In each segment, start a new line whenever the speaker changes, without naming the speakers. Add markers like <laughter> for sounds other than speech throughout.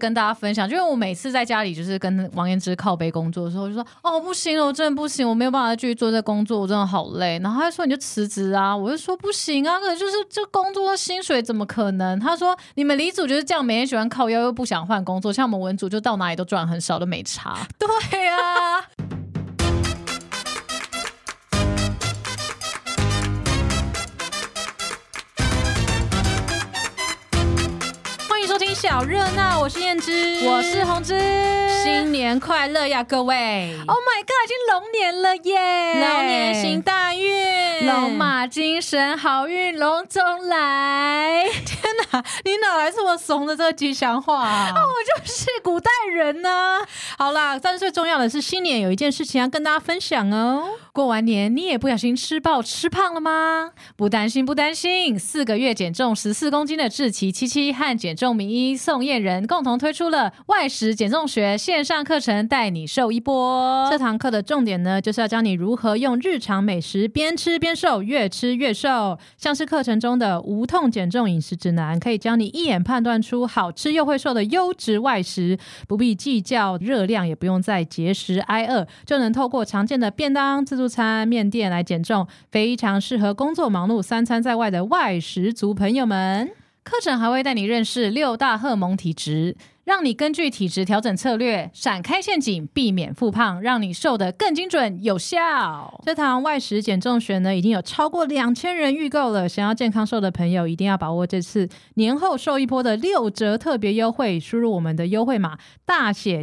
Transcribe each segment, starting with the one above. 跟大家分享，就是我每次在家里就是跟王彦之靠背工作的时候，我就说哦不行了，我真的不行，我没有办法再继续做这工作，我真的好累。然后他就说你就辞职啊，我就说不行啊，可是就是这工作的薪水怎么可能？他说你们李组就是这样，每天喜欢靠腰又不想换工作，像我们文组就到哪里都赚很少，都没差。 <laughs> 对呀、啊。 <laughs> 听小热闹，我是燕之，
我是红之，
新年快乐呀，各位！Oh my god，已经龙年了耶！
龙年行大运，
龙马精神，好运龙中来！天哪，你哪来这么怂的这个吉祥话啊？
哦
啊我就是古代人呢、啊。好啦，但是最重要的是，新年有一件事情要跟大家分享哦。过完年你也不小心吃爆吃胖了吗？不担心，不担心，四个月减重十四公斤的志奇七七和减重名。一宋燕人共同推出了外食减重学线上课程，带你瘦一波。
这堂课的重点呢，就是要教你如何用日常美食边吃边瘦，越吃越瘦。像是课程中的无痛减重饮食指南，可以教你一眼判断出好吃又会瘦的优质外食，不必计较热量，也不用再节食挨饿，就能透过常见的便当、自助餐、面店来减重，非常适合工作忙碌、三餐在外的外食族朋友们。
课程还会带你认识六大荷尔蒙体质，让你根据体质调整策略，闪开陷阱，避免复胖，让你瘦得更精准有效。
这堂外食减重学呢，已经有超过两千人预购了。想要健康瘦的朋友，一定要把握这次年后瘦一波的六折特别优惠，输入我们的优惠码大写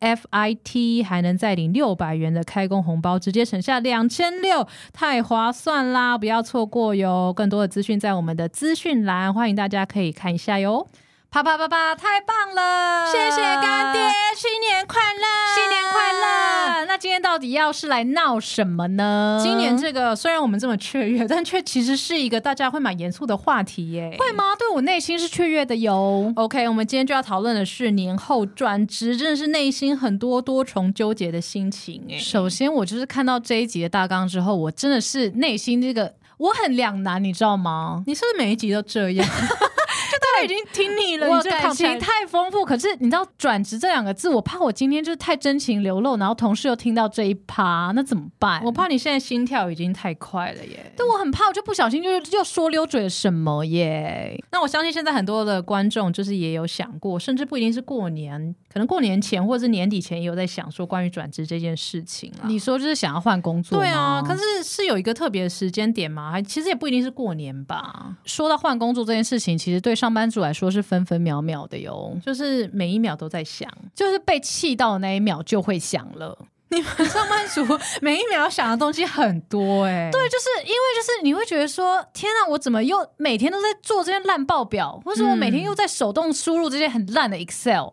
GFTSFIT，还能再领六百元的开工红包，直接省下两千六，太划算啦！不要错过哟。更多的资讯在我们的资讯栏。欢迎大家可以看一下哟！
啪啪啪啪，太棒了！
谢谢干爹，新年快乐，
新年快乐！那今天到底要是来闹什么呢？
今年这个虽然我们这么雀跃，但却其实是一个大家会蛮严肃的话题耶。
会吗？对我内心是雀跃的哟。
OK，我们今天就要讨论的是年后转职，真的是内心很多多重纠结的心情哎。
首先，我就是看到这一集的大纲之后，我真的是内心这个。我很两难，你知道吗？
你是不是每一集都这样？
<laughs>
<laughs>
就大家已经听腻了，
我
感情太丰富。可是你知道“转职”这两个字，我怕我今天就是太真情流露，然后同事又听到这一趴，那怎么办？
我怕你现在心跳已经太快了耶！
对，我很怕，我就不小心就是又说溜嘴了什么耶。
那我相信现在很多的观众就是也有想过，甚至不一定是过年，可能过年前或者是年底前也有在想说关于转职这件事情啊。
你说就是想要换工作？
对啊，可是是有一个特别的时间点吗？还其实也不一定是过年吧。
说到换工作这件事情，其实对。上班族来说是分分秒秒的哟，
就是每一秒都在想，
就是被气到的那一秒就会想了。
你
<laughs>
们上班族每一秒想的东西很多哎、欸，
对，就是因为就是你会觉得说，天啊，我怎么又每天都在做这些烂报表，或者我
嗯
每天又在手动输入这些很烂的 Excel。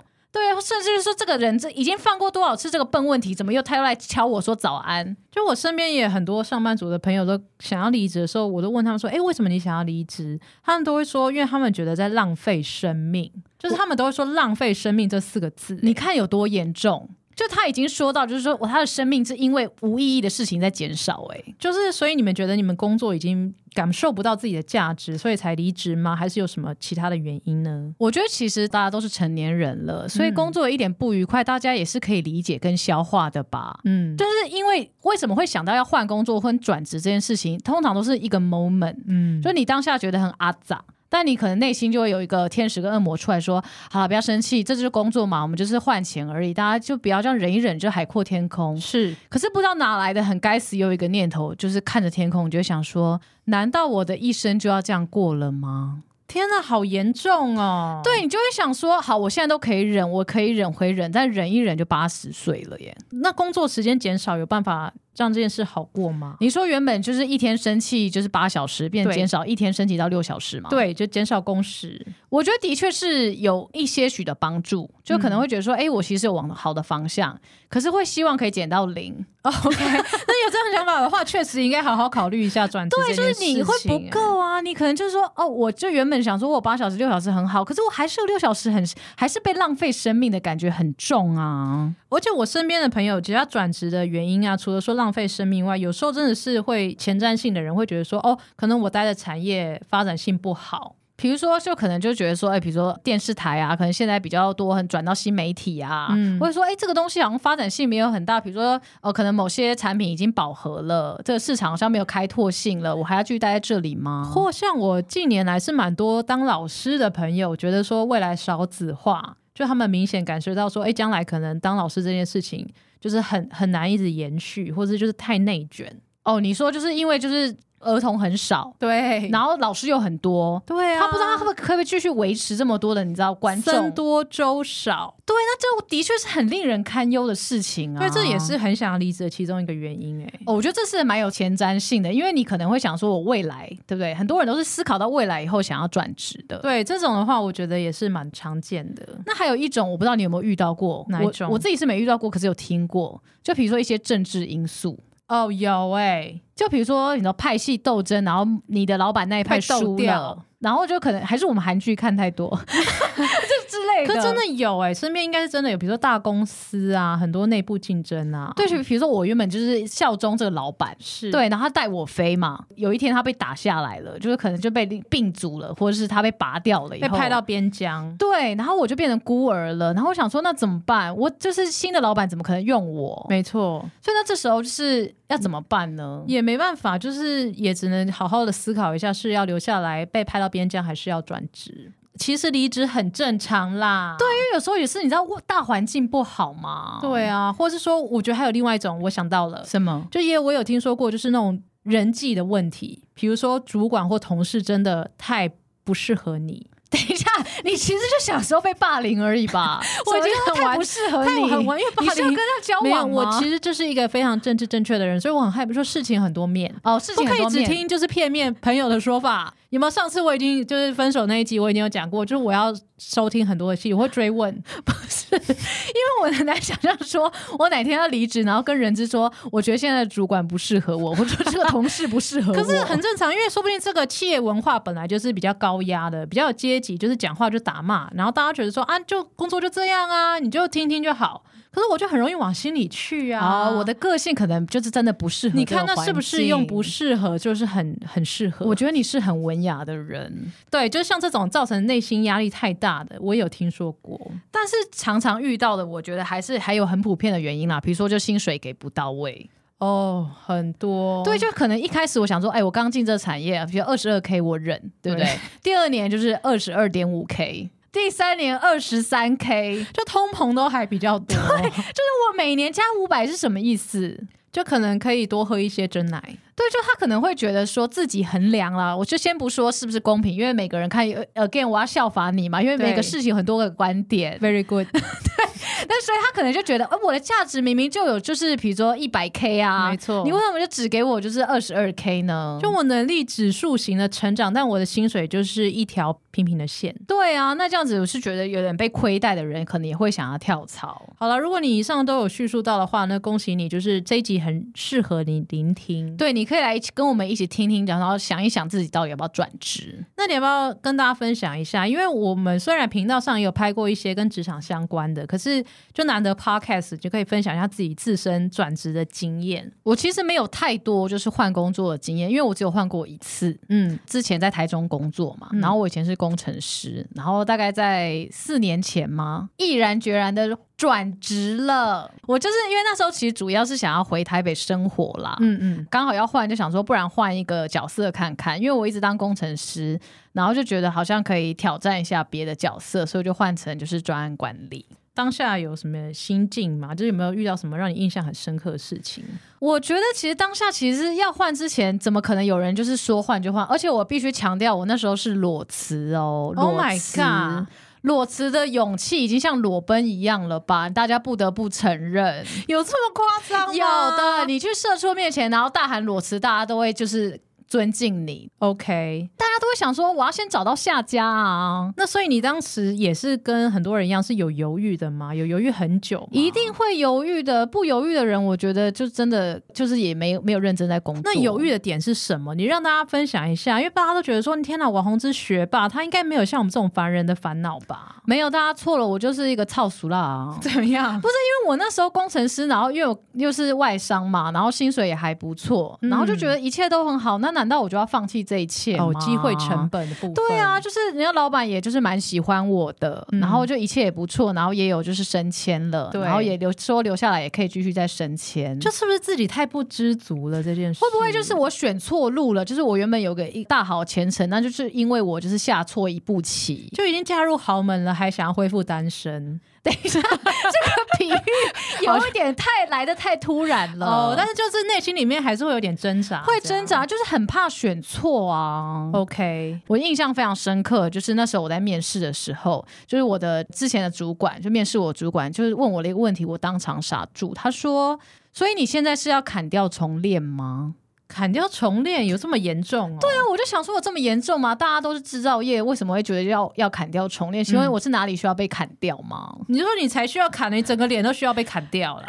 啊
对，甚至是说这个人这已经犯过多少次这个笨问题，怎么又他又来敲我说早安？
就我身边也很多上班族的朋友都想要离职的时候，我都问他们说：“哎，为什么你想要离职？”他们都会说：“因为他们觉得在浪费生命。”就是他们都会说“浪费生命”这四个字，
你看有多严重？就他已经说到，就是说我他的生命是因为无意义的事情在减少、欸，哎，
就是所以你们觉得你们工作已经感受不到自己的价值，所以才离职吗？还是有什么其他的原因呢？
我觉得其实大家都是成年人了，所以工作一点不愉快，嗯、大家也是可以理解跟消化的吧。嗯，就是因为为什么会想到要换工作或转职这件事情，通常都是一个 moment，嗯，就你当下觉得很阿杂。但你可能内心就会有一个天使跟恶魔出来说：“好了，不要生气，这就是工作嘛，我们就是换钱而已，大家就不要这样忍一忍，就海阔天空。”
是，
可是不知道哪来的很该死，又一个念头，就是看着天空，你就想说：难道我的一生就要这样过了吗？
天呐，好严重哦！
对你就会想说，好，我现在都可以忍，我可以忍回忍，但忍一忍就八十岁了耶。
那工作时间减少，有办法让这件事好过吗？
你说原本就是一天生气就是八小时，变减少一天升级到六小时嘛？
对，就减少工时。
我觉得的确是有一些许的帮助，就可能会觉得说，哎、嗯欸，我其实有往好的方向，可是会希望可以减到零。
OK，那有这样想法的话，确实应该好好考虑一下转职。
对，就是你会不够啊，你可能就是说，哦，我就原本想说我八小时、六小时很好，可是我还是有六小时很，还是被浪费生命的感觉很重啊。
而且我身边的朋友，只要转职的原因啊，除了说浪费生命外，有时候真的是会前瞻性的人会觉得说，哦，可能我待的产业发展性不好。
比如说，就可能就觉得说，哎、比如说电视台啊，可能现在比较多，很转到新媒体啊，
嗯
或者说，哎、这个东西好像发展性没有很大。比如说，呃，可能某些产品已经饱和了，这个市场上没有开拓性了，我还要继续待在这里吗？
或像我近年来是蛮多当老师的朋友，觉得说未来少子化，就他们明显感受到说，哎，将来可能当老师这件事情就是很很难一直延续，或者就是太内卷。
哦，你说就是因为就是儿童很少，
对
然后老师又很多。
对啊，
他不知道他会可不可以继续维持这么多的，你知道观众
僧多粥少，
对，那这的确是很令人堪忧的事情啊。
所以这也是很想离职的其中一个原因、哎，
哦，我觉得这是蛮有前瞻性的，因为你可能会想说，我未来对不对？很多人都是思考到未来以后想要转职的。，
对这种的话，我觉得也是蛮常见的。
那还有一种我不知道你有没有遇到过，
哪一种
我我自己是没遇到过，可是有听过。就比如说一些政治因素，
哦，有哎、
就比如说你知道派系斗争，然后你的老板那一派
被斗
输了
掉，
然后就可能还是我们韩剧看太多，
<laughs>
这之类的。
可真的有哎、身边应该是真的有，比如说大公司啊，很多内部竞争啊，
对，就比如说我原本就是效忠这个老板，
是，
对，然后他带我飞嘛，有一天他被打下来了，就是可能就被病阻了，或者是他被拔掉了以
被
后，
派到边疆，
对，然后我就变成孤儿了。然后我想说，那怎么办？我就是新的老板，怎么可能用我？
没错，
所以那这时候就是要怎么办呢？
也没办法，就是也只能好好的思考一下，是要留下来被派到边疆，还是要转职？其实离职很正常啦，对，
因为有时候也是，你知道大环境不好嘛。
对啊，或是说，我觉得还有另外一种，我想到了，
什么？
就也我有听说过，就是那种人际的问题，比如说主管或同事真的太不适合你，
<laughs> 等一下，你其实就小时候被霸凌而已吧？
<laughs> 我已经很
什么太
玩
不适合
太
你，
很玩，因为霸
你是要
凌
跟他交
没有，
往吗？
我其实就是一个非常政治正确的人，所以我很害怕说事情很多面。
哦，事
不
情
可
很
以
多
只
面
听就是片面朋友的说法，有没有？上次我已经就是分手那一集，我已经有讲过，就是我要收听很多的戏，我会追
<laughs>
问。
我很难想象说，我哪天要离职，然后跟人资说，我觉得现在的主管不适合我，或者说这个同事不 <laughs> 适合我。
<laughs> 可是很正常，因为说不定这个企业文化本来就是比较高压的，比较有阶级，就是讲话就打骂，然后大家觉得说啊，就工作就这样啊，你就听听就好。可是我就很容易往心里去啊。
啊、我的个性可能就是真的不适合。
你看那适不适用？不？适合就是很很适合。
我觉得你是很文雅的人，
对，就是像这种造成内心压力太大的，我也有听说过。
但是常常遇到的，我觉得还是还有很普遍的原因啦，比如说就薪水给不到位。
哦，很多
对，就可能一开始我想说，哎，我刚进这产业，比如二十二 k 我忍，对不对？ <laughs> 第二年就是二十二点五 k，第三年二十三 k，
就通膨都还比较多，
我每年加五百是什么意思？
就可能可以多喝一些真奶。
对，就他可能会觉得说自己衡量啦，我就先不说是不是公平，因为每个人看呃 again，我要效法你嘛，因为每个
对
事情有很多个观点， <laughs>
Very good，
但所以他可能就觉得，呃，我的价值明明就有，就是比如说一百 k 啊，
没错
你为什么就只给我就是二十二 k 呢？
<laughs> 就我能力指数型的成长，但我的薪水就是一条平平的线。
对啊，那这样子我是觉得有点被亏待的人，可能也会想要跳槽。
好了，如果你以上都有叙述到的话，那恭喜你，就是这一集很适合你聆听。，
对，你可以来一起跟我们一起听听讲，然后想一想自己到底要不要转职。
那你要不要跟大家分享一下？因为我们虽然频道上也有拍过一些跟职场相关的，可是就难得 podcast 就可以分享一下自己自身转职的经验。
我其实没有太多就是换工作的经验，因为我只有换过一次。
嗯，
之前在台中工作嘛，
嗯
然后我以前是工程师，然后大概在四年前嘛，毅然决然的转职了。我就是因为那时候其实主要是想要回台北生活啦，
嗯嗯，
刚好要换，就想说，不然换一个角色看看，因为我一直当工程师，然后就觉得好像可以挑战一下别的角色，所以就换成就是专案管理。
当下有什么心境吗？就是有没有遇到什么让你印象很深刻的事情？
我觉得其实当下其实要换之前，怎么可能有人就是说换就换？而且我必须强调，我那时候是裸辞哦
Oh
裸
my
辞
God
裸辞的勇气已经像裸奔一样了吧？大家不得不承认，
有这么夸张
有
啊
的，你去社畜面前，然后大喊裸辞，大家都会就是尊敬你，
OK，
大家都会想说，我要先找到下家啊。
那所以你当时也是跟很多人一样是有犹豫的吗？有犹豫很久吗
一。定会犹豫的，不犹豫的人，我觉得就真的就是也没有没有认真在工作。
那犹豫的点是什么？你让大家分享一下，因为大家都觉得说，天哪，网红之学霸，他应该没有像我们这种凡人的烦恼吧？
没有，大家错了，我就是一个操俗啦、啊。
怎么样？
我那时候工程师，然后又有又是外商嘛，然后薪水也还不错，
嗯
然后就觉得一切都很好。那难道我就要放弃这一切
哦
吗，
机会成本的部分。
对啊，，就是人家老板也就是蛮喜欢我的，
嗯
然后就一切也不错，然后也有就是升迁了，
对
然后也留说留下来也可以继续再升迁，
就是不是自己太不知足了这件事？
会不会就是我选错路了？就是我原本有个一大好前程，那就是因为我就是下错一步棋。
就已经嫁入豪门了，还想要恢复单身？
等一下，这个
<laughs>
比喻有一点太来的太突然了，啊
哦，但是就是内心里面还是会有点挣扎，
会
这样
挣。扎，就是很怕选错啊。
OK，
我印象非常深刻，就是那时候我在面试的时候，就是我的之前的主管，就面试我主管，就是问我了一个问题，我当场傻住。他说：“所以你现在是要砍掉重练吗？”
砍掉重练有这么严重哦？对啊，
那我就想说，我这么严重吗？大家都是制造业，为什么会觉得要要砍掉重练？请问我是哪里需要被砍掉吗？
你说你才需要砍，你整个脸都需要被砍掉 <laughs> 了。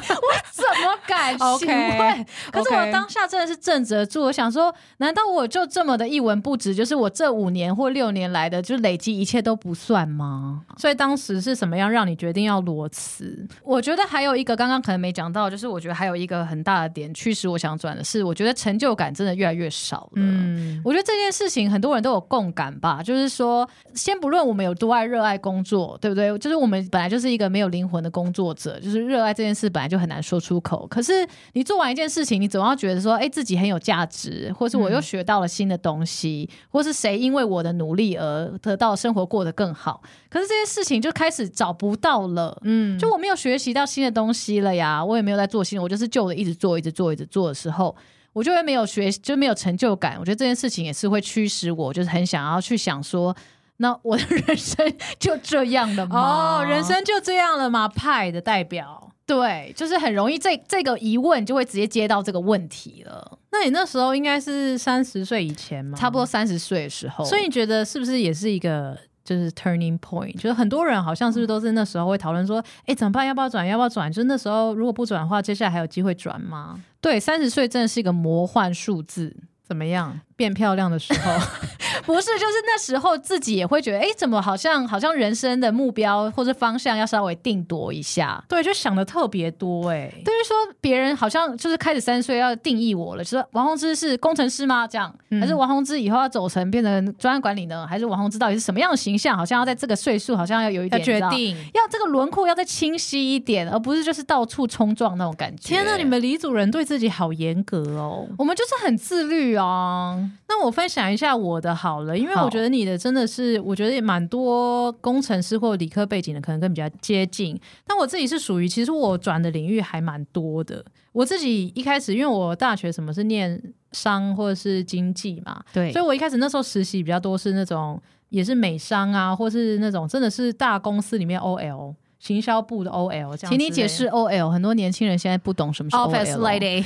怎么敢
OK，
请问？可是
OK
我当下真的是震着住，我想说，难道我就这么的一文不值？就是我这五年或六年来的，就累积一切都不算吗？
所以当时是什么样让你决定要裸辞？
我觉得还有一个刚刚可能没讲到，就是我觉得还有一个很大的点驱使我想转的是，我觉得成就感真的越来越少了。
嗯，
我觉得这件事情很多人都有共感吧，就是说，先不论我们有多爱热爱工作，对不对？就是我们本来就是一个没有灵魂的工作者，就是热爱这件事本来就很难说出口。可是你做完一件事情，你总要觉得说，哎，自己很有价值，或是我
嗯
又学到了新的东西，或是谁因为我的努力而得到生活过得更好。可是这件事情就开始找不到了。
嗯，
就我没有学习到新的东西了呀，我也没有在做新的，我就是旧的一直做，一直做，一直做的时候，我就会没有学，就没有成就感。我觉得这件事情也是会驱使我，就是很想要去想说，那我的 <laughs> 人生就这样了吗？
哦，人生就这样了嘛，派的代表。
对，就是很容易这这个疑问就会直接接到这个问题了。
那你那时候应该是三十岁以前吗？
差不多三十岁的时候，
所以你觉得是不是也是一个就是 turning point？就是很多人好像是不是都是那时候会讨论说，哎、怎么办？要不要转？要不要转？就是那时候如果不转的话，接下来还有机会转
<laughs>
吗？
对三十岁真的是一个魔幻数字。
怎么样？变漂亮的时候，
<laughs> 不是，就是那时候自己也会觉得，哎，怎么好像好像人生的目标或者方向要稍微定夺一下。
对，就想的特别多哎、
对于说别人好像就是开始三十岁要定义我了，就说王宏之是工程师吗？这样，
嗯
还是王宏之以后要走成变成专案管理呢？还是王宏之到底是什么样的形象？好像要在这个岁数，好像要有一
要
点
决。
你知道
定。
要这个轮廓要再清晰一点，而不是就是到处冲撞那种感觉。
天呐，你们李主人对自己好严格哦。
我们就是很自律啊！
那我分享一下我的好了，因为
好
我觉得你的真的是，我觉得也蛮多工程师或理科背景的可能跟比较接近。但我自己是属于，其实我转的领域还蛮多的。我自己一开始，因为我大学什么是念商或者是经济嘛，
对
所以我一开始那时候实习比较多是那种也是美商啊，或是那种真的是大公司里面 OL 行销部的 OL 这样之类的。
请你解释 OL，很多年轻人现在不懂什么是
Office
OL。 <laughs>
lady，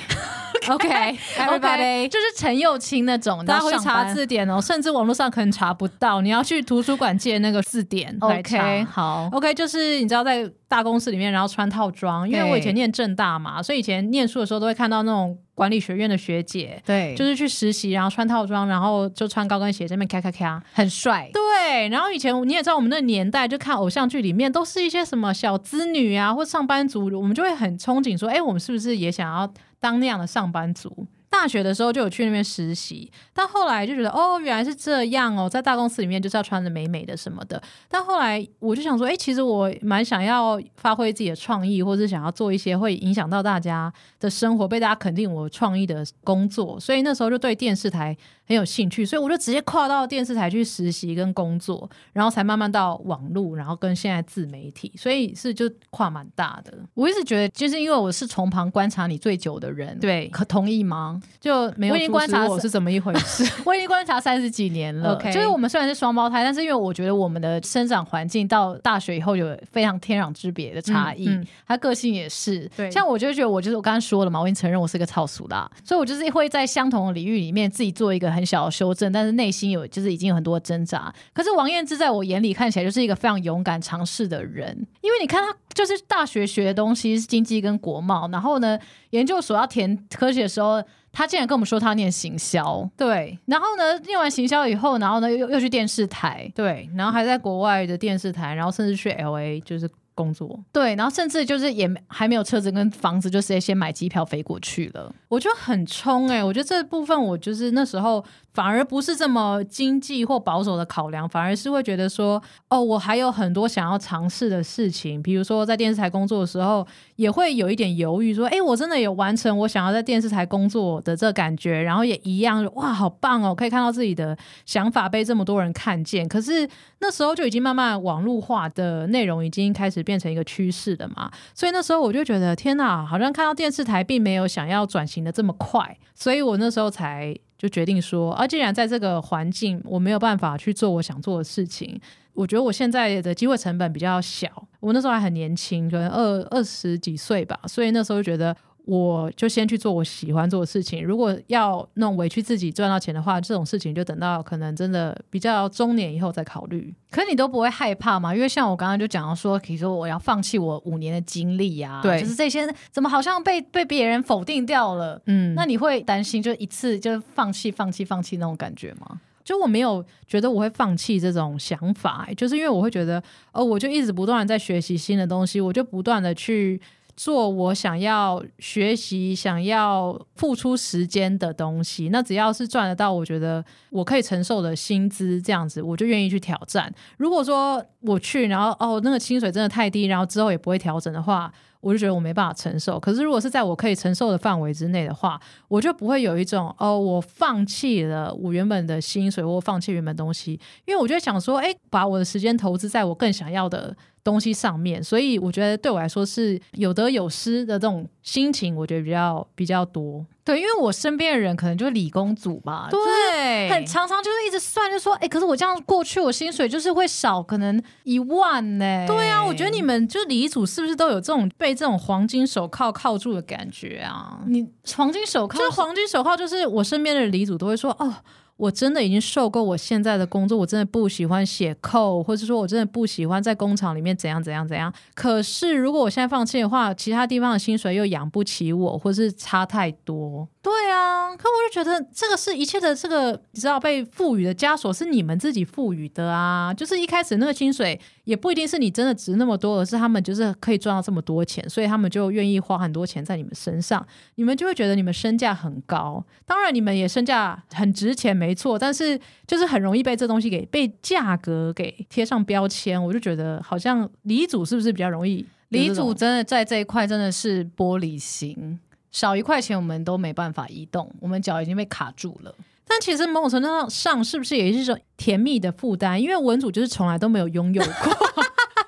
OK，everybody，
OK，everybody
就是陈幼卿那种，
大家
你
会
知道上
查
班
字典哦，甚至网络上可能查不到，你要去图书馆借那个字典来查。
OK，好，
OK，就是你知道在大公司里面，然后穿套装，因为
对
我以前念正大嘛，所以以前念书的时候都会看到那种管理学院的学姐，
对
就
就
是是去实习，然后穿套装，然后就穿高跟鞋，这边咔咔咔。
很帅。
对，然后以前你也知道，我们那个年代就看偶像剧里面都是一些什么小资女啊，或上班族，我们就会很憧憬说，哎，我们是不是也想要当那样的上班族？大学的时候就有去那边实习，但后来就觉得哦，原来是这样哦，在大公司里面就是要穿的美美的什么的。但后来我就想说，哎、其实我蛮想要发挥自己的创意，或是想要做一些会影响到大家的生活，被大家肯定我创意的工作。所以那时候就对电视台很有兴趣，所以我就直接跨到电视台去实习跟工作，然后才慢慢到网络，然后跟现在自媒体，所以是就跨蛮大的。
我一直觉得，就是因为我是从旁观察你最久的人，，
对，
可同意吗？
就没有
我已经
阻止
观察
我
是
是怎么一回
<laughs>
事。
我已经观察三十几年了
OK
就是我们虽然是双胞胎，但是因为我觉得我们的生长环境到大学以后有非常天壤之别的差异，
嗯嗯
他个性也是。
对
像我就觉得我就是我刚刚说了嘛，我已经承认我是个草俗啦，所以我就是会在相同的领域里面自己做一个很小的修正，但是内心有就是已经有很多挣扎。可是王燕之在我眼里看起来就是一个非常勇敢尝试的人，因为你看他就是大学学的东西是经济跟国贸，然后呢研究所要填科学的时候，他竟然跟我们说他要念行销。
对
然后呢，念完行销以后，然后呢又又去电视台，
对，然后还在国外的电视台，然后甚至去 L A 就是工作。
对，然后甚至就是也没还没有车子跟房子，就直接先买机票飞过去了。
我觉得很冲哎、我觉得这部分我就是那时候反而不是这么经济或保守的考量，反而是会觉得说，哦，我还有很多想要尝试的事情，比如说在电视台工作的时候，也会有一点犹豫，说，哎，我真的有完成我想要在电视台工作的这感觉，然后也一样，哇，好棒哦，可以看到自己的想法被这么多人看见。可是那时候就已经慢慢网络化的内容已经开始变成一个趋势了嘛，所以那时候我就觉得天哪，好像看到电视台并没有想要转型的这么快，所以我那时候才就决定说，啊，既然在这个环境我没有办法去做我想做的事情，我觉得我现在的机会成本比较小，我那时候还很年轻，可能二二十几岁吧，所以那时候就觉得。我就先去做我喜欢做的事情。如果要弄委屈自己赚到钱的话，这种事情就等到可能真的比较中年以后再考虑。
可是你都不会害怕嘛？因为像我刚刚就讲到说，比如说我要放弃我五年的经历呀、啊，
对
就是这些怎么好像被被别人否定掉了？
嗯，
那你会担心就一次就放弃、放弃、放弃那种感觉吗？
就我没有觉得我会放弃这种想法、欸就是因为我会觉得，哦，我就一直不断的在学习新的东西，我就不断的去做我想要学习、想要付出时间的东西。那只要是赚得到，我觉得我可以承受的薪资，这样子我就愿意去挑战。如果说我去，然后哦那个薪水真的太低，然后之后也不会调整的话。我就觉得我没办法承受，可是如果是在我可以承受的范围之内的话，我就不会有一种哦，我放弃了我原本的薪水，或放弃原本东西，因为我就会想说，哎，把我的时间投资在我更想要的东西上面，所以我觉得对我来说是有得有失的这种心情，我觉得比较比较多。
对，因为我身边的人可能就是理工组吧，
对
很常常就是一直算，就说，哎、可是我这样过去，我薪水就是会少，可能一万呢、
对啊，我觉得你们就李组是不是都有这种被这种黄金手铐铐住的感觉啊？
你黄金手铐
就是黄金手铐，就是我身边的李组都会说哦。我真的已经受够我现在的工作，我真的不喜欢写扣，或者说我真的不喜欢在工厂里面怎样怎样怎样。可是如果我现在放弃的话，其他地方的薪水又养不起我，或是差太多。
对啊，
可我就觉得这个是一切的这个，你知道被赋予的枷锁是你们自己赋予的啊。就是一开始那个薪水也不一定是你真的值那么多，而是他们就是可以赚到这么多钱，所以他们就愿意花很多钱在你们身上，你们就会觉得你们身价很高。当然，你们也身价很值钱，没错，但是就是很容易被这东西给被价格给贴上标签。我就觉得好像李组是不是比较容易有
李
这种？
组真的在这一块真的是玻璃心，少一块钱我们都没办法移动，我们脚已经被卡住了。
但其实某种程度上，上是不是也是一种甜蜜的负担？因为文组就是从来都没有拥有过， <laughs>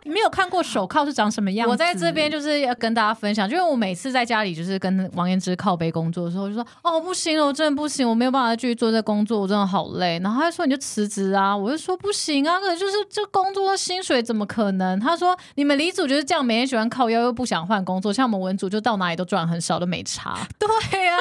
没有看过手铐是长什么样子。
我在这边就是要跟大家分享，就因为我每次在家里就是跟王彦之靠背工作的时候，我就说哦不行了，我真的不行，我没有办法继续做这工作，我真的好累。然后他就说你就辞职啊，我就说不行啊，可是就是这工作的薪水怎么可能？他说你们李组就是这样，每天喜欢靠腰又不想换工作，像我们文组就到哪里都赚很少，都没差。
对啊，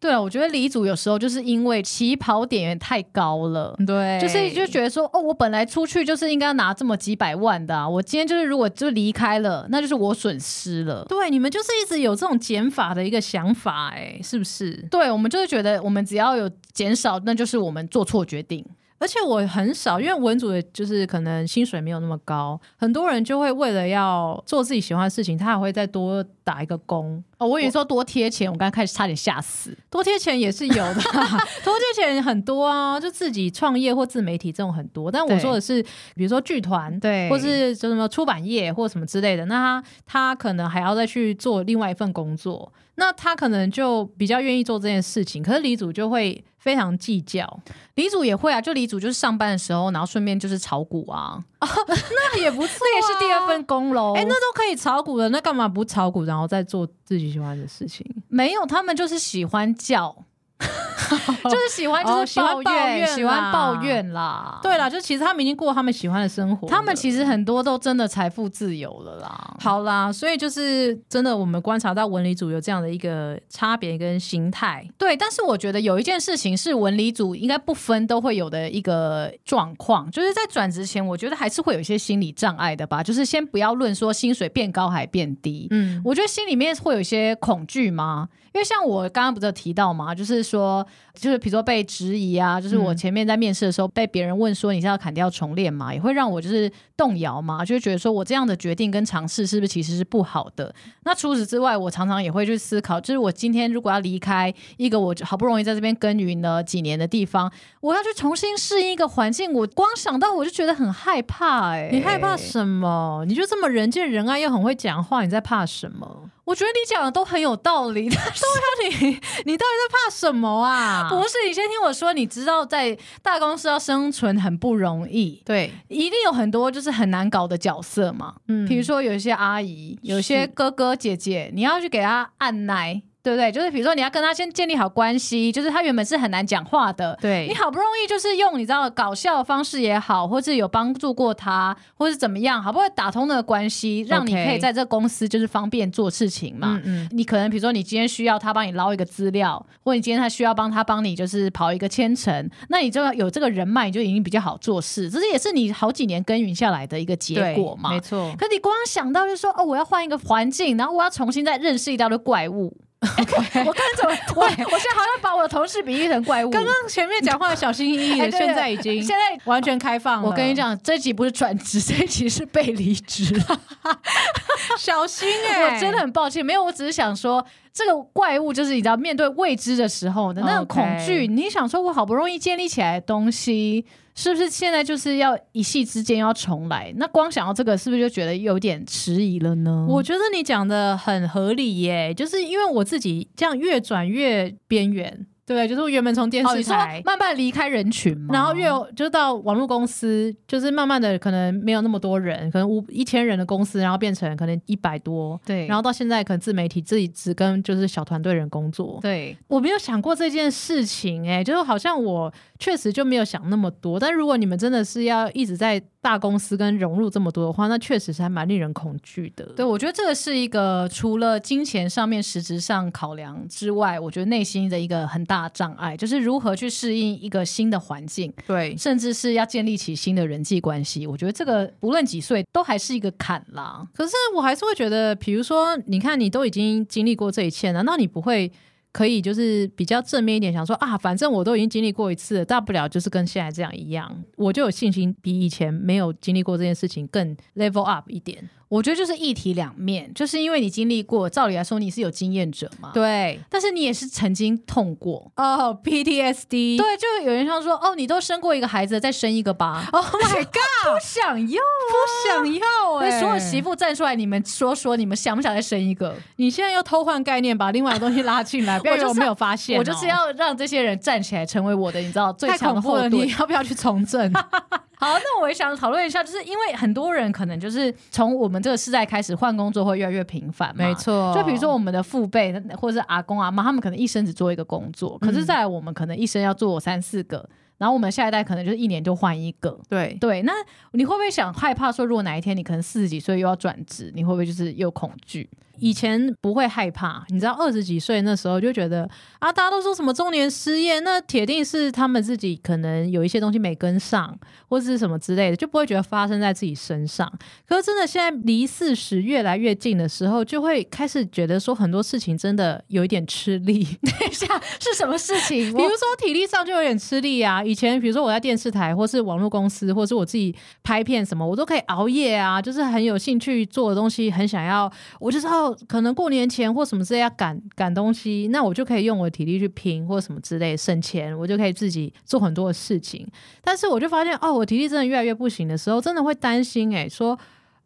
对了，我觉得李组有时候就是因为起跑点有点太高了。
对，
就是就觉得说，哦，我本来出去就是应该拿这么几百万的、啊，我今天就是如果就离开了，那就是我损失了。
对你们就是一直有这种减法的一个想法、哎，是不是？
对，我们就是觉得我们只要有减少，那就是我们做错决定。
而且我很少，因为文组的就是可能薪水没有那么高，很多人就会为了要做自己喜欢的事情，他还会再多打一个工， <laughs>
哦，我以为说多贴钱，我刚才开始差点吓死。
多贴钱也是有 <laughs> 的啊、多贴钱很多啊，就自己创业或自媒体这种很多。但我
对
说的是，比如说剧团，
对
或
或是
是就什么出版业或什么之类的，那他他可能还要再去做另外一份工作，那他可能就比较愿意做这件事情。可是李主就会非常计较，
李主也会啊，就李主就是上班的时候，然后顺便就是炒股啊，
<laughs> 那也不错、啊
这也是第二份。工喽。
哎、那都可以炒股了，那干嘛不炒股，然后再做自己喜欢的事情？
没有，他们就是喜欢叫， <laughs> 就是喜欢就
哦喜
是
欢
抱
抱怨
怨，喜欢
啦
抱怨啦。
对啦，就其实他们已经过他们喜欢的生活了，
他们其实很多都真的财富自由了啦。
好啦，所以就是真的，我们观察到文理组有这样的一个差别跟形态。
对，但是我觉得有一件事情是文理组应该不分都会有的一个状况，就是在转职前，我觉得还是会有一些心理障碍的吧。就是先不要论说薪水变高还变低，
嗯，
我觉得心里面会有一些恐惧吗？因为像我刚刚不是有提到嘛，就是说就是比如说被质疑啊，就是我前面在面试的时候被别人问说你是要砍掉重练吗？也会让我就是动摇嘛，就会觉得说我这样的决定跟尝试是不是其实是不好的？那除此之外，我常常也会去思考，就是我今天如果要离开一个我好不容易在这边耕耘了几年的地方，我要去重新适应一个环境，我光想到我就觉得很害怕哎、
你害怕什么？你就这么人见人爱又很会讲话，你在怕什么？
我觉得你讲的都很有道理，但是
你到底在怕什么啊？
不是，你先听我说，你知道在大公司要生存很不容易，
对，
一定有很多就是很难搞的角色嘛。
嗯
比如说有一些阿姨，有些
是
哥哥姐姐，你要去给他按奶，对不对？就是比如说你要跟他先建立好关系，就是他原本是很难讲话的。
对
你好不容易就是用你知道搞笑的方式也好，或是有帮助过他，或是怎么样，好不容易打通那个关系，让你
OK
可以在这公司就是方便做事情嘛。
嗯嗯，
你可能比如说你今天需要他帮你捞一个资料，或者你今天他需要帮他帮你就是跑一个千层，那你就有这个人脉，你就已经比较好做事。这是也是你好几年耕耘下来的一个结
对
果嘛
没。错。
可你光想到就说哦，我要换一个环境，然后我要重新再认识一道的怪
<laughs>
物。我刚才怎么我我现在好像把我的同事比喻成怪物。
刚刚前面讲话小心翼翼
<laughs> 哎
的，
对对
现在已经
现在
完全开放了。
我跟你，讲，这集不是转职，这集是被离职。
小心哎、
<laughs> 我真的很抱歉，没有，我只是想说，这个怪物就是你知道，面对未知的时候的那种
OK
恐惧。你想说，我好不容易建立起来的东西，是不是现在就是要一夕之间要重来？那光想到这个，是不是就觉得有点迟疑了呢？哦
我觉得你讲的很合理耶，就是因为我自己这样越转越边缘，对不对？就是我原本从电
哦，
视
你说
台，
慢慢离开人群吗？
然后越
哦
就到网络公司，就是慢慢的可能没有那么多人，可能五一千人的公司，然后变成可能一百多，
对，
然后到现在可能自媒体自己只跟就是小团队人工作。
对，
我没有想过这件事情、哎，就是好像我确实就没有想那么多。但如果你们真的是要一直在大公司跟融入这么多的话，那确实是还蛮令人恐惧的。
对，我觉得这个是一个除了金钱上面实质上考量之外，我觉得内心的一个很大的障碍，就是如何去适应一个新的环境。
对，
甚至是要建立起新的人际关系。我觉得这个不论几岁都还是一个坎啦。
可是我还是会觉得，比如说，你看你都已经经历过这一切，难道你不会可以就是比较正面一点，想说啊，反正我都已经经历过一次了，大不了就是跟现在这样一样，我就有信心比以前没有经历过这件事情更 level up 一点。
我觉得就是一体两面，就是因为你经历过，照理来说你是有经验者嘛，，
对，
但是你也是曾经痛过。 <laughs>
哦、p t s d
对，就有人像说，哦，你都生过一个孩子，再生一个吧。
，Oh my god，
不想要，欸
不想要
所以
哎、
所有媳
妇，
妇站出来，你们说说，你们想不想再生一个？
你现在又偷换概念，把另外的东西拉进
<laughs>
来，不要以为
我就是
我没有发现哦、
我就是要让这些人站起来，成为我的，你知道最
太恐
强的
怖
后
了，
盾 <laughs>
你。要不要去从政？
好，那我也想讨论一下，就是因为很多人可能就是从我们这个时代开始换工作会越来越频繁嘛，
没。错，
就比如说我们的父辈或者是阿公阿妈，他们可能一生只做一个工作，可是
嗯
再来我们可能一生要做三四个，然后我们下一代可能就是一年就换一个。
对。
对，那你会不会想害怕说，如果哪一天你可能四十几岁又要转职，你会不会就是又恐惧？
以前不会害怕，你知道二十几岁那时候就觉得啊，大家都说什么中年失业，那铁定是他们自己可能有一些东西没跟上，或是什么之类的，就不会觉得发生在自己身上。可是真的现在离四十越来越近的时候，就会开始觉得说很多事情真的有一点吃力。
等一下 <laughs> 是什么事情？
比
我
如说体力上就有点吃力啊。以前比如说我在电视台，或是网络公司，或是我自己拍片什么，我都可以熬夜啊，就是很有兴趣做的东西，很想要，我就知道可能过年前或什么之类要赶赶东西，那我就可以用我的体力去拼或什么之类省钱，我就可以自己做很多的事情。但是我就发现哦，我体力真的越来越不行的时候，真的会担心诶、说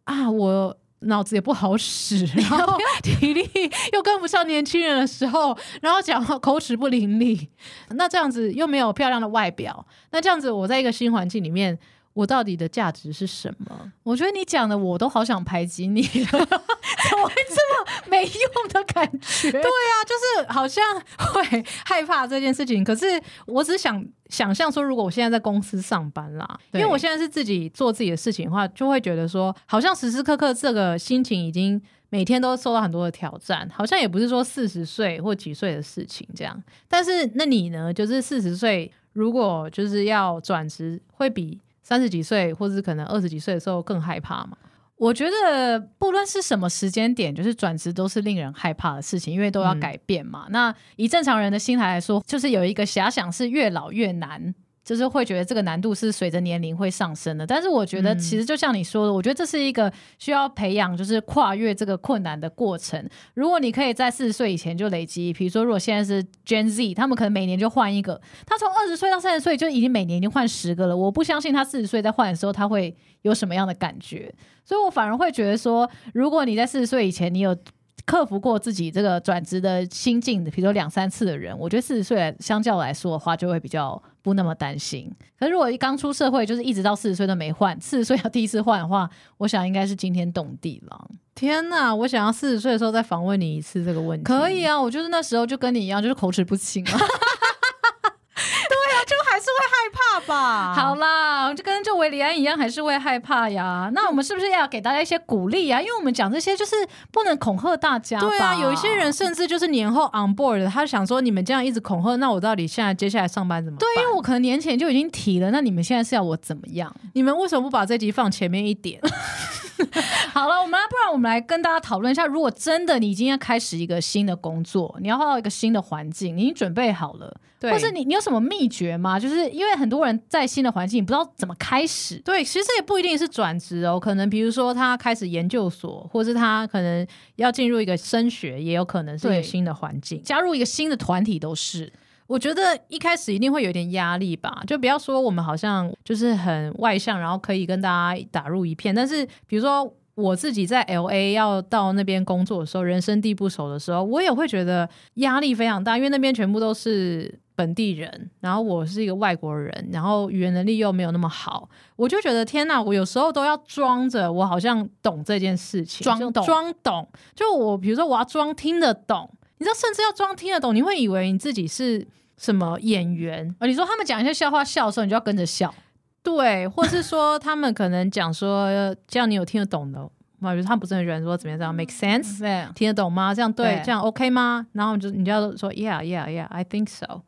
啊我。脑子也不好使，然后体力又跟不上年轻人的时候，然后讲话口齿不伶俐，那这样子又没有漂亮的外表，那这样子我在一个新环境里面，我到底的价值是什么？
我觉得你讲的我都好想排
<laughs>
挤你了，怎么会这么没用的感觉？
<laughs>
对
对啊，就是好像会害怕这件事情，可是我只想想象说，如果我现在在公司上班啦，因
对
为我现在是自己做自己的事情的话，就会觉得说，好像时时刻刻这个心情已经。每天都受到很多的挑战，好像也不是说四十岁或几岁的事情这样。但是那你呢？就是四十岁，如果就是要转职，会比三十几岁或是可能二十几岁的时候更害怕吗？
我觉得不论是什么时间点，就是转职都是令人害怕的事情，因为都要
嗯
改变嘛。那以正常人的心态来说，就是有一个遐想是越老越难。就是会觉得这个难度是随着年龄会上升的，但是我觉
嗯
得其实就像你说的，我觉得这是一个需要培养，就是跨越这个困难的过程。如果你可以在四十岁以前就累积，比如说如果现在是 Gen Z，他们可能每年就换一个，他从二十岁到三十岁就已经每年已经换十个了。我不相信他四十岁再换的时候他会有什么样的感觉，所以我反而会觉得说，如果你在四十岁以前你有克服过自己这个转职的心境，比如说两三次的人，我觉得四十岁来相较来说的话，就会比较不那么担心。可是如果一刚出社会，就是一直到四十岁都没换，四十岁要第一次换的话，我想应该是惊天动地了。
天哪！我想要四十岁的时候再访问你一次这个问题。
可以啊，我就是那时候就跟你一样，就是口齿不清
<laughs>
啊。
就还是会害怕吧。
好啦，就跟就维里安一样，还是会害怕呀。那我们是不是要给大家一些鼓励啊？因为我们讲这些就是不能恐吓大家。
对啊，有一些人。甚至就是年后 on board，的他想说你们这样一直恐吓，那我到底现在接下来上班怎么办？
对，因为我可能年前就已经提了，那你们现在是要我怎么样？
你们为什么不把这集放前面一点？
好了，我们来不然我们来跟大家讨论一下，如果真的你今天开始一个新的工作，你要到一个新的环境，你已经准备好了，
对，
或是你你有什么秘诀吗？就是因为很多人在新的环境，你不知道怎么开始。
对，其实也不一定是转职哦，可能比如说他开始研究所，或是他可能要进入一个升学，也有可能是一
对
个新的环境。
加入一个新的团体都是，
我觉得一开始一定会有点压力吧，就不要说我们好像就是很外向，然后可以跟大家打入一片，但是比如说。我自己在 L A 要到那边工作的时候，人生地不熟的时候，我也会觉得压力非常大，因为那边全部都是本地人，然后我是一个外国人，然后语言能力又没有那么好，我就觉得天呐，我有时候都要装着我好像懂这件事情，
装
就
懂
装懂，就我比如说我要装听得懂，你知道，甚至要装听得懂，你会以为你自己是什么演员，
啊，你说他们讲一些笑话笑的时候，你就要跟着笑。
对，或是说他们可能讲说，呃这样你有听得懂的吗？比如他们不是很喜欢说怎么样怎么样 make <laughs> sense，
对，
听得懂吗？这样对
嗯对，
这样 OK 吗？然后你就你就要说 yeah yeah yeah I think so，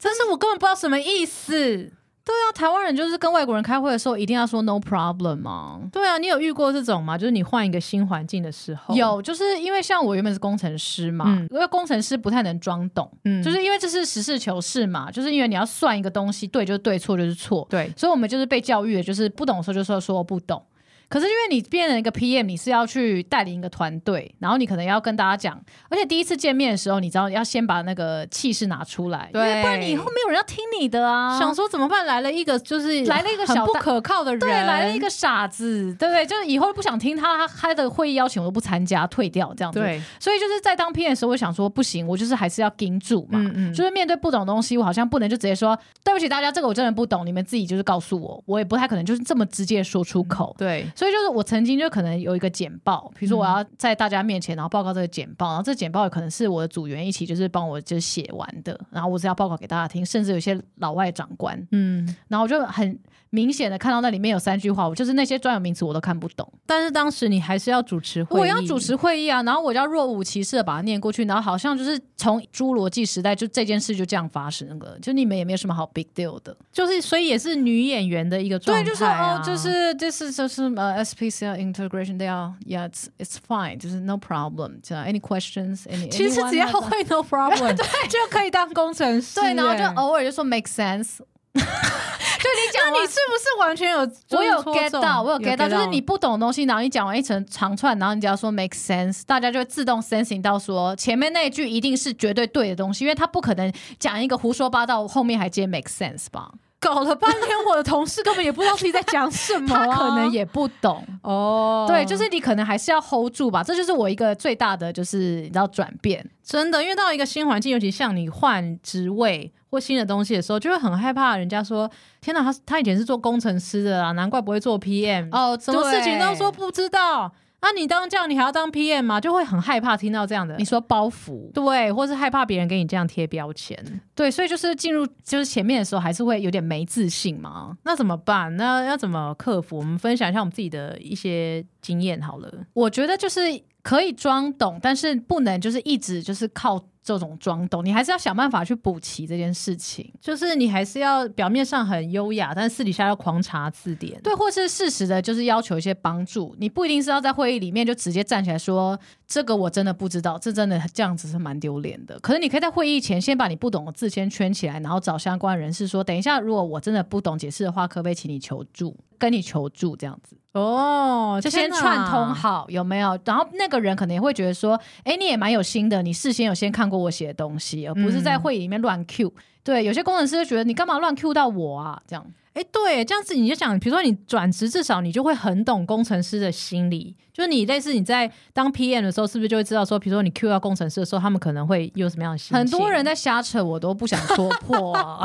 但是我根本不知道什么意思。
那台湾人就是跟外国人开会的时候，一定要说 no problem 吗？
对啊，你有遇过这种吗？就是你换一个新环境的时候，，
有，就是因为像我原本是工程师嘛，
嗯
因为工程师不太能装懂，
嗯，
就是因为这是实事求是嘛，就是因为你要算一个东西对就是对，错就是错，
对，
所以我们就是被教育的，就是不懂的时候就说说我不懂。可是因为你变成一个 PM，你是要去带领一个团队，然后你可能要跟大家讲，而且第一次见面的时候，你知道要先把那个气势拿出来，因为不然你以后没有人要听你的啊。
想说怎么办？来了一个就是
来了一个
很
小
不
大
可靠的人，
对，来了一个傻子，对不对？就是以后不想听他他他的会议邀请，我都不参加，退掉这样子。
对，
所以就是在当 PM 的时候，我想说不行，我就是还是要盯住嘛。
嗯嗯，
就是面对不懂的东西，我好像不能就直接说对不起大家，这个我真的不懂，你们自己就是告诉我，我也不太可能就是这么直接说
嗯
出口。
对，
所以就是我曾经就可能有一个简报，比如说我
嗯
要在大家面前，然后报告这个简报，然后这简报也可能是我的组员一起就是帮我就是写完的，然后我是要报告给大家听，甚至有一些老外长官，
嗯，
然后我就很明显的看到那里面有三句话，我就是那些专有名词我都看不懂，
但是当时你还是要主持会议，
我要主持会议啊，然后我要若无其事的把它念过去，然后好像就是从侏罗纪时代就这件事就这样发生了，就你们也没有什么好 big deal 的。
就是所以也是女演员的一个状态、啊，
对，就说哦，就是就是就是呃，SPCL integration they are yeah it's it's fine，就是 no problem，这样 any questions any
其实
anyone
只要
have-
会 no <laughs> problem，就可以当工程师、
对，然后
欸
就偶尔就说 make sense。就你讲
那
完
你是不是完全有？
我有
就是戳
get
中
到，我有 get 到，就是你
有
不懂的东西，然后你讲完一层长串，然后你只要说 make sense，大家就会自动 sensing 到说前面那一句一定是绝对对的东西，因为他不可能讲一个胡说八道，后面还接 make sense 吧？
搞了半天，我的同事根本也不知道自己在讲什么、
他
啊，
可能也不懂，
哦，
对，就是你可能还是要 hold 住吧，这就是我一个最大的就是你知道转变，
真的，因为到一个新环境，尤其像你换职位或新的东西的时候，就会很害怕人家说：“天哪，他他以前是做工程师的啊，难怪不会做 PM。”
哦
什么事情都
对
说不知道。那、你当这样，你还要当 PM 吗？就会很害怕听到这样的
你，说包袱，
对，或是害怕别人给你这样贴标签，
对，所以就是进入就是前面的时候还是会有点没自信嘛。
那怎么办？那要怎么克服？我们分享一下我们自己的一些经验好了。
我觉得就是可以装懂，但是不能就是一直就是靠这种装懂，你还是要想办法去补齐这件事情。
就是你还是要表面上很优雅，但私底下要狂查字典。
对，或是适时的，就是要求一些帮助。你不一定是要在会议里面就直接站起来说这个我真的不知道，这真的这样子是蛮丢脸的。可是你可以在会议前先把你不懂的字先圈起来，然后找相关人士说，等一下如果我真的不懂解释的话，可不可以请你求助，跟你求助这样子。
哦，
就
天
先
哪
串通。好有没有？然后那个人可能也会觉得说，哎，你也蛮有心的，你事先有先看过我写的东西，而不是在
嗯
会议里面乱 Q。对，有些工程师就觉得你干嘛乱 Q 到我啊？这样
哎，对，这样子你就想，比如说你转职，至少你就会很懂工程师的心理。就是你类似你在当 PM 的时候，是不是就会知道说，比如说你 Q 到工程师的时候，他们可能会有什么样的心情？
很多人在瞎扯，我都不想戳
<laughs>
破、啊。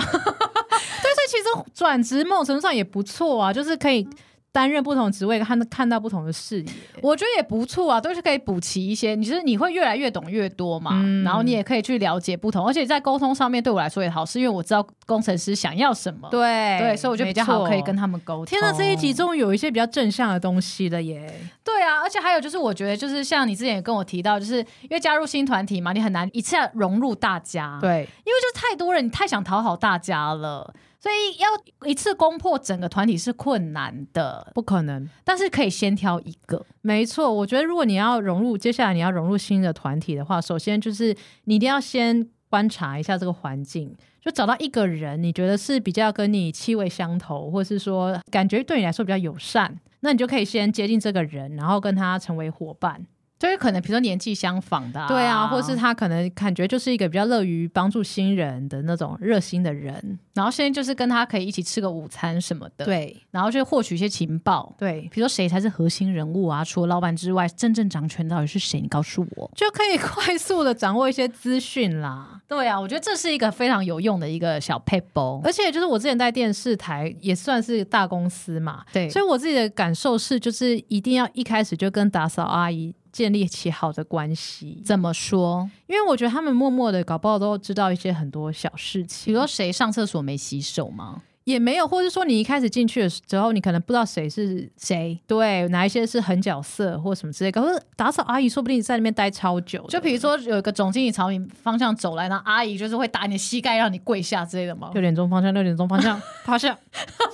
其实转职某种程度上也不错啊，就是可以担任不同职位，看看到不同的视野。
我觉得也不错啊，都是可以补齐一些。你就是你会越来越懂越多嘛，
嗯
然后你也可以去了解不同，而且在沟通上面对我来说也好，是因为我知道工程师想要什么，
哦对
对，所以我就比较好可以跟。他们沟通。
天呐，这一集终于有一些比较正向的东西了耶！
对啊，而且还有就是，我觉得就是像你之前也跟我提到，就是因为加入新团体嘛，你很难一次融入大家，，
对，
因为就是太多人，你太想讨好大家了，所以要一次攻破整个团体是困难的，
不可能，
但是可以先挑一个。
没错，我觉得如果你要融入，接下来你要融入新的团体的话，首先就是你一定要先观察一下这个环境，就找到一个人你觉得是比较跟你气味相投，或是说感觉对你来说比较友善，那你就可以先接近这个人，然后跟他成为伙伴。
就是可能，比如说年纪相仿的、
对啊，或是他可能感觉就是一个比较乐于帮助新人的那种热心的人。
然后现在就是跟他可以一起吃个午餐什么的，，
对
然后就获取一些情报，
对，
比如说谁才是核心人物啊？除了老板之外，真正掌权到底是谁？你告诉我。
就可以快速的掌握一些资讯啦。 <laughs>
对啊，我觉得这是一个非常有用的一个小 paper。
而且就是我之前在电视台也算是大公司嘛，
对
所以我自己的感受是，就是一定要一开始就跟打扫阿姨建立起好的关系，
怎么说？
因为我觉得他们默默的搞不好都知道一些很多小事
比
情，
如说谁上厕所没洗手吗？
也没有，或者说你一开始进去的时候，你可能不知道谁是
谁？
对哪一些是狠角色或什么之类的，可是打扫阿姨说不定在那边待超久的，
就比如说有一个总经理朝你方向走来，然后阿姨就是会打你的膝盖让你跪下之类的吗？
六点钟方向，六点钟方 <laughs> 向，趴下。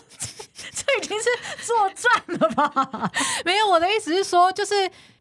这已经是作 <laughs> 战了吧？
没有，我的意思是说，就是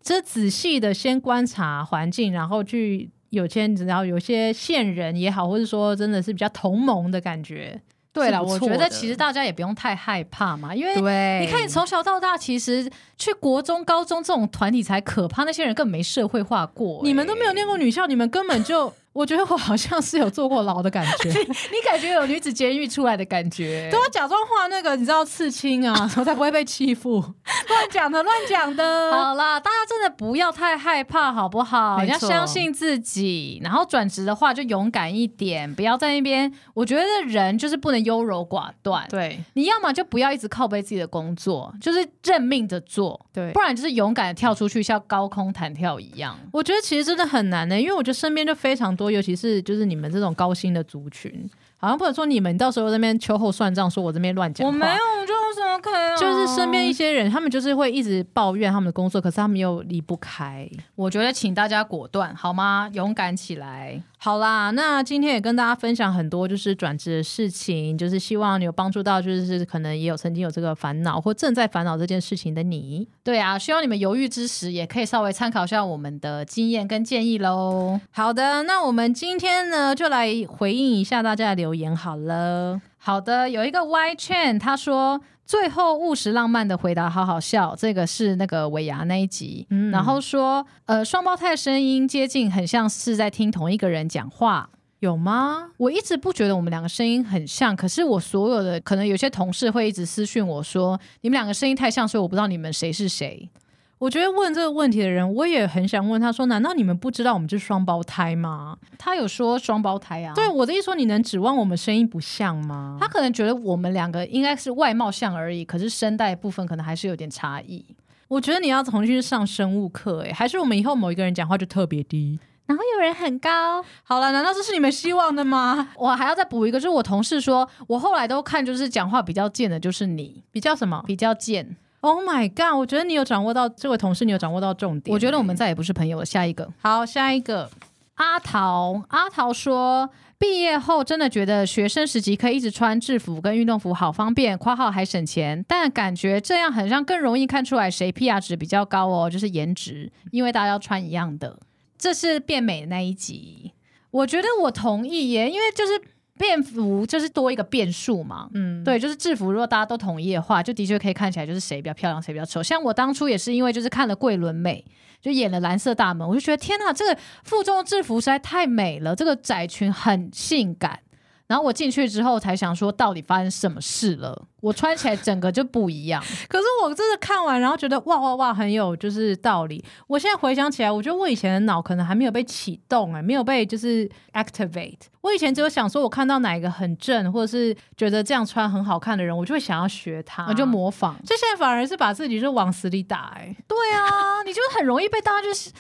这仔细的先观察环境，然后去有些然后有些线人也好，或者说真的是比较同盟的感觉。
对了，
是不
我
错
觉得
的
其实大家也不用太害怕嘛，因为
对
你看，你从小到大，其实去国中、高中这种团体才可怕，那些人根本没社会化过、欸
你们都没有
那，
念过女校，你们根本就， <laughs> 我觉得我好像是有坐过牢的感 <laughs> 觉。
你感觉有女子监狱出来的感觉。
都要假装画那个，你知道刺青啊，我才不会被欺负。 <laughs> 乱讲的，乱讲的。
好啦，大家真的不要太害怕，好不好？
没
你
错
要相信自己，然后转职的话就勇敢一点，不要在那边。我觉得人就是不能优柔寡断，
对
你要么就不要一直靠背自己的工作，就是认命的做，
对
不，然就是勇敢的跳出去，像高空弹跳一样。
我觉得其实真的很难呢、因为我觉得身边就非常多，尤其是就是你们这种高薪的族群，好像不能说你们到时候在那边秋后算账，说我这边乱讲话。，
有，就是怎么可能
就是身边一些人，他们就是会一直抱怨他们的工作，可是他们又离不开。
我觉得请大家果断好吗？勇敢起来。
好啦，那今天也跟大家分享很多就是转职的事情，就是希望有帮助到，就是可能也有曾经有这个烦恼或正在烦恼这件事情的你。
对啊，希望你们犹豫之时也可以稍微参考一下我们的经验跟建议喽。
好的，那我们今天呢就来回应一下大家的留言好了。
好的，有一个 Y Chain 他说，最后务实浪漫的回答好好笑，这个是那个尾牙那一集，
嗯
然后说，呃，双胞胎的声音接近，很像是在听同一个人讲话。
有吗？
我一直不觉得我们两个声音很像，可是我所有的可能有些同事会一直私讯我说，你们两个声音太像，所以我不知道你们谁是谁。
我觉得问这个问题的人，我也很想问他说：难道你们不知道我们是双胞胎吗？
他有说双胞胎啊，
对我的意思说，你能指望我们声音不像吗？
他可能觉得我们两个应该是外貌像而已，可是声带部分可能还是有点差异。
我觉得你要重新去上生物课，哎，还是我们以后某一个人讲话就特别低？
然后有人很高，
好了，难道这是你们希望的吗？
我还要再补一个，就是我同事说，我后来都看就是讲话比较贱的，就是你
比较什么
比较贱。
？Oh my god！我觉得你有掌握到这位同事，你有掌握到重点。
我觉得我们再也不是朋友了。下一个，
好，下一个
阿桃，阿桃说，毕业后真的觉得学生时期可以一直穿制服跟运动服，好方便（括号还省钱），但感觉这样很像更容易看出来谁 PR 值比较高哦，就是颜值，因为大家要穿一样的。这是变美的那一集，我觉得我同意耶，因为就是便服就是多一个变数嘛。
嗯，
对，就是制服，如果大家都统一的话，就的确可以看起来就是谁比较漂亮，谁比较丑。像我当初也是因为就是看了桂纶镁，就演了《蓝色大门》，我就觉得天呐，这个附中制服实在太美了，这个窄裙很性感。然后我进去之后才想说，到底发生什么事了？我穿起来整个就不一 <laughs> 样。
可是我真的看完，然后觉得哇哇哇，很有就是道理。我现在回想起来，我觉得我以前的脑可能还没有被启动、欸，哎，没有被就是 activate。我以前只有想说，我看到哪一个很正，或者是觉得这样穿很好看的人，我就会想要学他，
我哦就。模仿，
就现在反而是把自己就往死里打、欸，哎，
对啊，你就很容易被大家就是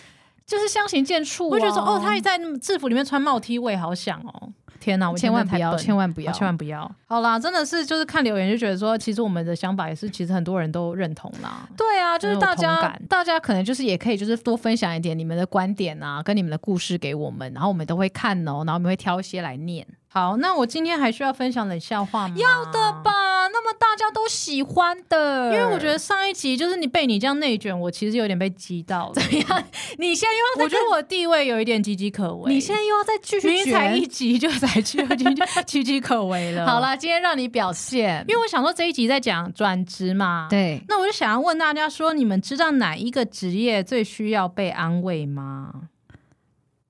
就是相形见绌、啊。
我就觉得说，哦，他也在制服里面穿帽 T，我也好想哦。天哪，我
千万不要，啊千
万
万不要，
哦千万不要。好啦，真的是就是看留言就觉得说，其实我们的想法也是，其实很多人都认同啦。
对啊，就是
有
大
同
家
感，
大家可能就是也可以，就是多分享一点你们的观点啊，跟你们的故事给我们，然后我们都会看哦，然后我们会挑一些来念。
好，那我今天还需要分享冷笑话吗？
要的吧？那么大家都喜欢的，
啊因为我觉得上一集就是你被你这样内卷，我其实有点被激到了。
怎样？你现在
<laughs>
又
我觉得我地位有一点岌岌可危。
你现在又要再继
明
续
明才
卷
一集就才去， <laughs> 已经就岌岌可危了。
好，啦，今天让你表现，
因为我想说这一集在讲转职嘛，。
对，
那我就想要问大家说，你们知道哪一个职业最需要被安慰吗？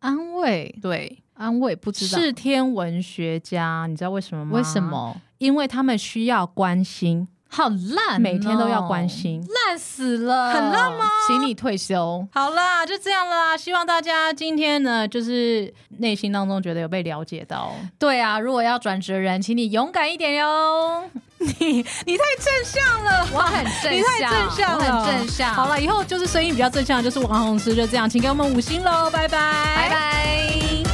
安慰，
对，
安慰，不知道
是天文学家，你知道为什么吗？
为什？么？
因为他们需要关心，
好烂哦、
每天都要关心。
烂死了，
很烂吗？
请你退休。
好啦，就这样啦。希望大家今天呢，就是内心当中觉得有被了解到。
对啊，如果要转职的人，请你勇敢一点哟。
<laughs> 你太正向了，
我很正
你太
向，
正向了，
我很正向。
好，了，以后就是声音比较正向，就是王红师就这样，请给我们五星喽，拜拜，
拜。拜。